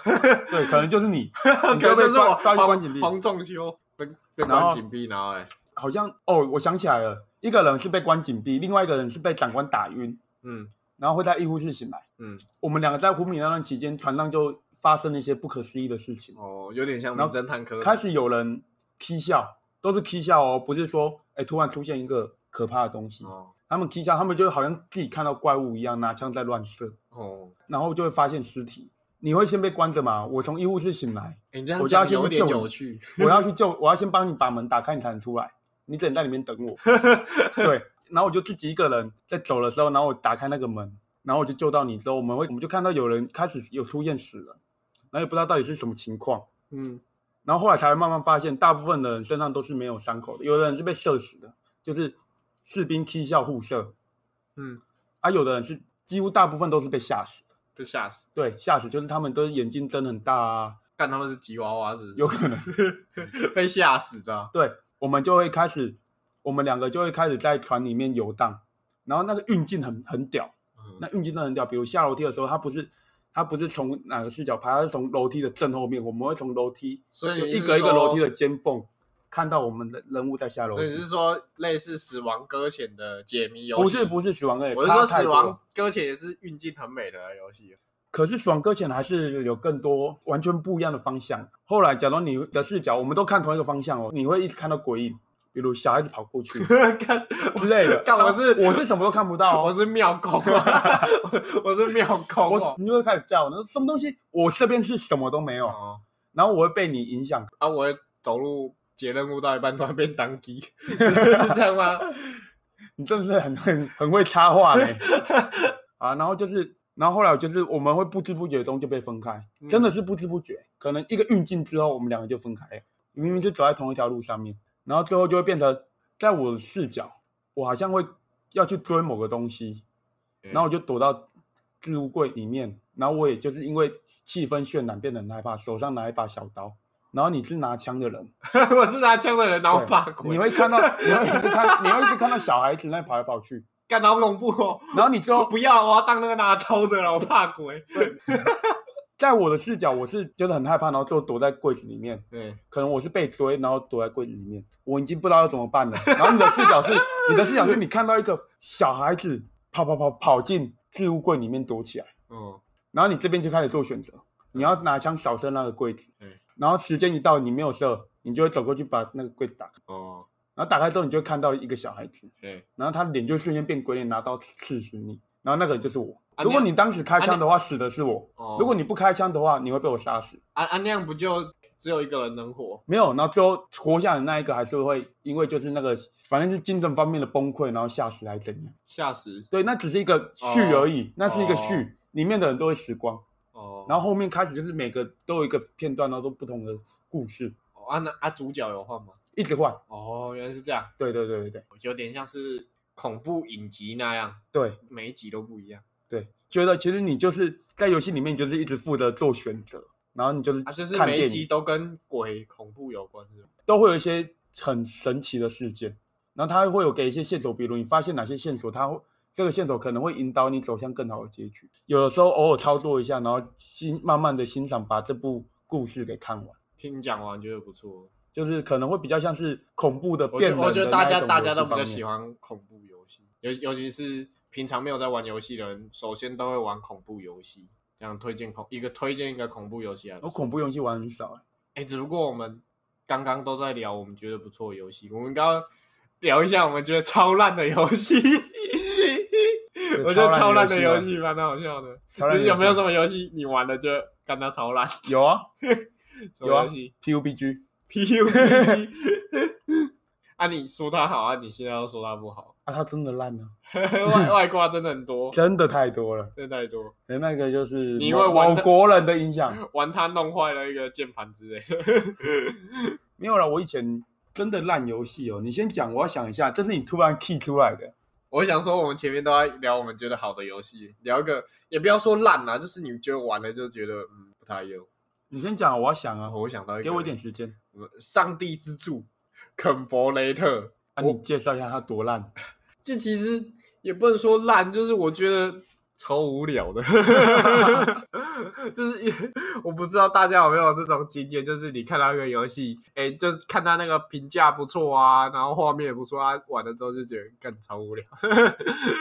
对，可能就
[laughs]
是你，你
可
就
能
被
就是
抓
我
抓去关禁
红
闭。
红中秋被被
然后
关紧闭，然后哎，
好像哦，我想起来了，一个人是被关紧闭，另外一个人是被长官打晕，
嗯
然后会在医护室醒来。
嗯，
我们两个在昏迷那段期间，船上就发生了一些不可思议的事情。
哦，有点像名
然后
侦探柯南。
开始有人踢笑，都是踢笑哦，不是说哎突然出现一个可怕的东西。
哦
他们踢笑，他们就好像自己看到怪物一样，拿枪在乱射，
哦，
然后就会发现尸体，你会先被关着嘛？我从医务室醒来，
哎诶你这样
我家
讲
先
有
去
点
救你
有趣，
[laughs] 我要去救，我要先帮你把门打开，你才能出来。你只能在里面等我。对，然后我就自己一个人在走的时候，然后我打开那个门，然后我就救到你之后，我们会我们就看到有人开始有出现死人，然后也不知道到底是什么情况。
嗯，
然后后来才会慢慢发现，大部分的人身上都是没有伤口的，有的人是被射死的，就是士兵七校互射，
嗯，
啊，有的人是几乎大部分都是被吓死的，
就吓死。
对，吓死就是他们都是眼睛睁很大啊，
干他们是吉娃娃是不是？
有可能，
[laughs] 被吓死的啊，
对，我们就会开始，我们两个就会开始在船里面游荡，然后那个运镜很很屌，
嗯
那运镜真的很屌，比如下楼梯的时候，他不是。他不是从哪个视角拍，他是从楼梯的正后面。我们会从楼梯
所以
就
你
一
是
格一个楼梯
说
的尖缝，看到我们的人物在下楼
所
梯。
以是说类似《死亡搁浅》的解谜游
不
戏？
是不是死亡搁浅，
我是说《
差太
死
多了
亡，搁浅》也是运镜很美的啊游戏。 [laughs]
可是死亡搁浅还是有更多完全不一样的方向。后来，假如你的视角，我们都看同一个方向哦，你会一直看到鬼影，比如小孩子跑过去 [laughs]
看，
之类的。
干我是
我是什么都看不到
我
哦，
是妙空啊，我我是妙空
我
哦。
你就会开始叫，我，那什么东西，我这边是什么都没有，
哦
然后我会被你影响。
啊，我会走路接任务到一半突然变当机， [laughs] 是这样吗？ [laughs]
你真的是很 [laughs] 很很会插话嘞啊！然后就是，然后后来就是我们会不知不觉中就被分开，
嗯
真的是不知不觉，可能一个运镜之后，我们两个就分开了。明明是走在同一条路上面，然后最后就会变成，在我的视角，我好像会要去追某个东西，
嗯
然后我就躲到置物柜里面，然后我也就是因为气氛渲染变得很害怕，手上拿一把小刀，然后你是拿枪的人，
我是拿枪的人，然后
对
把鬼，
你会看到，你会一直看， [laughs] 你会一直看到小孩子那跑来跑去，
干好恐怖哦！
然后你最
我
后
不要，我要当那个拿刀的了，我怕鬼。
在我的视角，我是觉得很害怕，然后就躲在柜子里面。
对，
可能我是被追，然后躲在柜子里面，我已经不知道要怎么办了。然后你的视角是，你的视角是你看到一个小孩子跑跑跑跑进置物柜里面躲起来，
嗯，
然后你这边就开始做选择，你要拿枪扫射那个柜子
嗯，
然后时间一到你没有射，你就会走过去把那个柜子打开，
哦，
然后打开之后你就会看到一个小孩子，
对，
然后他的脸就瞬间变鬼脸，拿刀刺死你，然后那个人就是我。
啊
如果
你
你当时开枪的话，死的是我；
哦，
如果你不开枪的话，你会被我杀死。
啊啊那样不就只有一个人能活？
没有，然后最后活下来的那一个还是会因为就是那个，反正是精神方面的崩溃，然后吓死还是怎样？
吓死
对，那只是一个序而已，那是一个序，里面的人都会死光。
哦。
然后后面开始就是每个都有一个片段，然后都不同的故事，
后啊那啊主角有换吗？
一直换。
哦，原来是这样，
对对对对对
有点像是恐怖影集那样，
对
每一集都不一样
对，觉得其实你就是在游戏里面，你就是一直负责做选择，然后你就是
啊，就是
看
每一
电
集
影，
都跟鬼恐怖有关是吗？
都会有一些很神奇的事件，然后它会有给一些线索，比如你发现哪些线索，它会这个线索可能会引导你走向更好的结局。有的时候偶尔操作一下，然后欣慢慢的欣赏把这部故事给看完，
听你讲完觉得不错，
就是可能会比较像是恐怖的
我
变
觉
人
得
的
我觉得大家大家都比
比
较喜。欢恐怖游戏，尤尤其是平常没有在玩游戏的人，首先都会玩恐怖游戏。这样推荐恐一个推荐一个恐怖游戏啊，
我哦恐怖游戏玩很少、欸
哎、只不过我们刚刚都在聊我们觉得不错的游戏，我们刚刚聊一下我们觉得超烂的游戏， [laughs] 我觉得超烂的游，戏蛮好笑的。
欸超烂
就
的
是
游戏
[laughs] 有没有什么游戏你玩的就干它超烂？
有啊
什
有
么
啊
游戏
，PUBG
？PUBG。啊，你说它好啊，你现在要说它不好， [laughs]
啊，它真的烂了、
外外挂真的很多，
真的太多了。
真的太多，
那个就是
你因为
某
玩
某
的
国人的影响，
玩它弄坏了一个键盘之类的。
没有了，我以前真的烂游戏哦。你先讲，我要想一下，这是你突然 key 出来的。
我想说，我们前面都在聊我们觉得好的游戏，聊一个也不要说烂啦、就是你觉得玩了就觉得嗯不太有。
你先讲，我要想啊
然后，我想到一个，
给我一点时间。
呃，上帝之柱，肯伯雷特。
啊，
我
你介绍一下它多烂。
这其实也不能说烂，就是我觉得超无聊的， [laughs] 就是也我不知道大家有没有这种经验，就是你看到一个游戏，哎，就是看他那个评价不错啊，然后画面也不错啊，玩了之后就觉得干超无聊。 [laughs]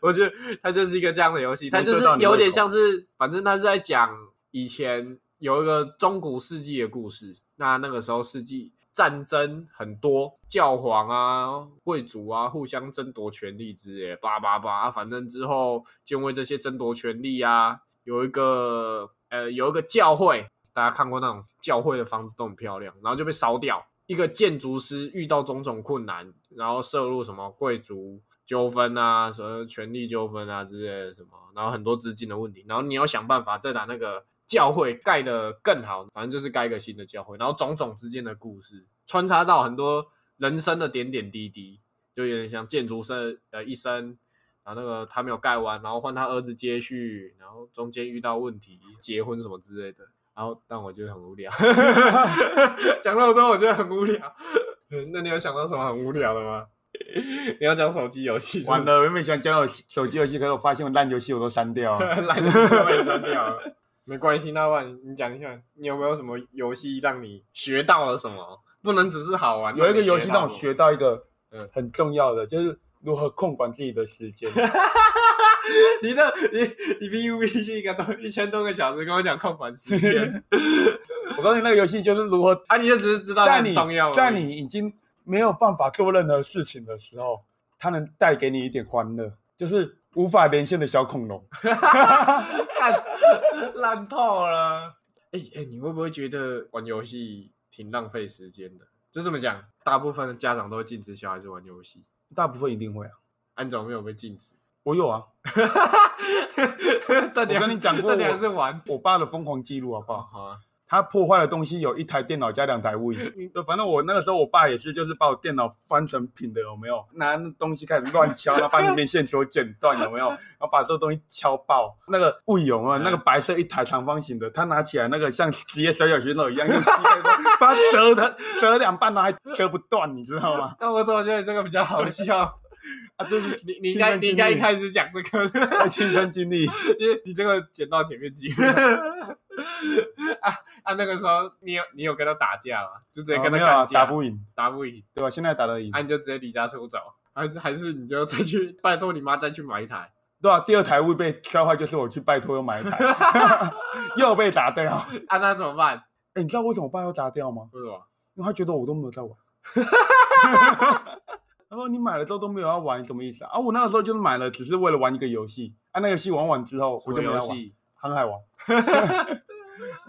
我觉得 [laughs] 它就是一个这样的游戏，它就是有点像是，反正它是在讲以前有一个中古世纪的故事，那那个时候世纪战争很多，教皇啊、贵族啊互相争夺权力之类的，叭叭叭啊，反正之后就因为这些争夺权力啊，有一个。呃有一个教会，大家看过那种教会的房子都很漂亮，然后就被烧掉。一个建筑师遇到种种困难，然后涉入什么贵族纠纷啊、什么权力纠纷啊之类的什么，然后很多资金的问题，然后你要想办法再把那个教会盖得更好，反正就是盖一个新的教会，然后种种之间的故事穿插到很多人生的点点滴滴，就有点像建筑生呃一生。然后那个他没有盖完，然后换他儿子接续，然后中间遇到问题，结婚什么之类的。然后，但我觉得很无聊， [laughs] 讲那么多，我觉得很无聊。嗯那你有想到什么很无聊的吗？ [laughs] 你要讲手机游戏是不
完
是，
了，我原本想讲我手机游戏，可是我发现我烂游戏我都删掉
[laughs]
啊了。
懒得说也删掉了。没关系，那万你讲一下，你有没有什么游戏让你学到了什么？不能只是好玩。
有一个游戏
到
让我学到一个
嗯
很重要的，就是如何控管自己的
[laughs]
时间。
你的你你 B U B 是一个多一千多个小时，跟我讲控管时间，
[laughs] 我告诉你，那个游戏就是如何
啊，你就只是知道它
在
很
你
重要而已，
在
[laughs]
你已经没有办法做任何事情的时候，它能带给你一点欢乐，就是无法连线的小恐龙。
烂烂透了。哎、哎、你会不会觉得玩游戏挺浪费时间的？就这么讲，大部分的家长都会禁止小孩子玩游戏，
大部分一定会啊，
安总没有被禁止。 [laughs]
我有啊，
但你还是
我跟你讲过
但你还
我
是玩。
我爸的疯狂记录好不
哦，
好？
好啊，
他破坏的东西有一台电脑加两
[laughs]
台 Wii，就反正我那个时候我爸也是，就是把我电脑翻成品的，有没有？拿那东西开始乱敲，然后把里面线索剪断，有没
[laughs]
有？然后把所有东西敲爆。那个 Wii 有没有？
嗯
那个白色一台长方形的，他拿起来那个像职业摔跤选手一样，用膝盖把它折的折两半，然后还折不断，你知道吗？
但我怎么觉得这个比较好笑？
[laughs] 啊，这是
你你应
亲
该
身
你应
经
该一
历
开始讲这个， [laughs]
我亲身经历。
因 [laughs] 为你这个剪到前面去。 [laughs] 啊啊，那个时候你有你有跟他打架吗？就直接跟他
哦没有啊
干架，
打不赢，
打不赢。
对吧？现在打得赢
啊，，你就直接离家出走，还是还是你就再去 [laughs] 拜托你妈再去买一台，
对吧？第二台 Wii 被摔坏，就是我去拜托又买
[laughs]
一台， [laughs] 又被打掉。
啊，那怎么办？
哎、你知道为什么我爸要砸掉吗？
为什么？
因为他觉得我都没有
[laughs]
在玩。他说你买了之后都没有要玩，什么意思啊？啊，我那个时候就是买了，只是为了玩一个游戏。啊，那游戏玩完之后
什
我
么
就没有
游
玩《
戏？
航海王》。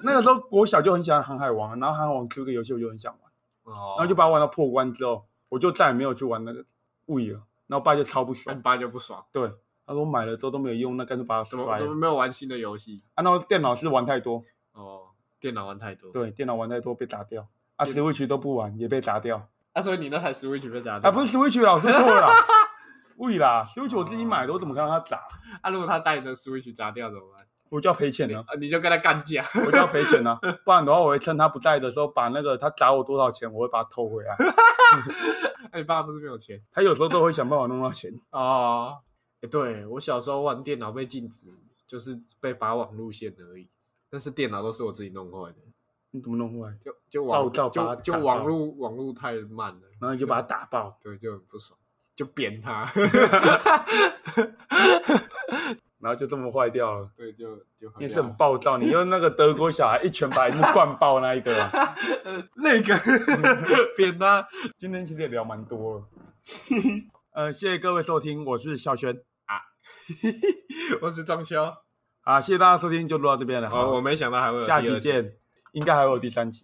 那个时候我小就很喜欢《航海王》，啊然后《航海王》出个游戏我就很想玩，
哦，
然后就把它玩到破关之后，我就再也没有去玩那个物语了。然后我爸就超不
那你
爽，
爸就不爽，
对，他说买了之后都没有用，那干脆把它
啊怎
摔
么怎么
了。
没有玩新的游戏？
啊，那电脑是玩太多，
哦，电脑玩太多。，
对，电脑玩太多被砸掉。啊
也
，Switch 都不玩也被砸掉。
啊，所以你那台 Switch 被砸掉
啊，不是 Switch 老师错了啦，喂啦，Switch 我自己买的，我怎么看到它砸？
啊，如果他带你的 Switch 砸掉怎么办？
我就要赔钱
你
呢、啊，
啊你就跟他干架， [laughs]
我就要赔钱呢、啊，不然的话，我会趁他不在的时候，把那个他砸我多少钱，我会把它偷回来。
哎，你爸不是没有钱
他有时候都会想办法弄到钱。啊
哦。哎对我小时候玩电脑被禁止，就是被拔网路线而已，但是电脑都是我自己弄坏的。
你怎么弄回来？
就就网
暴躁把
就
它
就
打
网
爆
络网络太慢了，
然后你就把它打爆，
对，就很不爽，就扁
[laughs]
他，
然后就这么坏掉了。
对，就就很
你也是很暴躁，你用那个德国小孩一拳把人灌爆那一个、啊。
那
[laughs]
个扁他。
今天其实也聊蛮多了。 [laughs] 呃，谢谢各位收听，我是孝轩
我是装修，
[laughs] 啊，谢谢大家收听，就录到这边了。
哦，我没想到还会有
下
第
期
二
见，应该还会有第三集。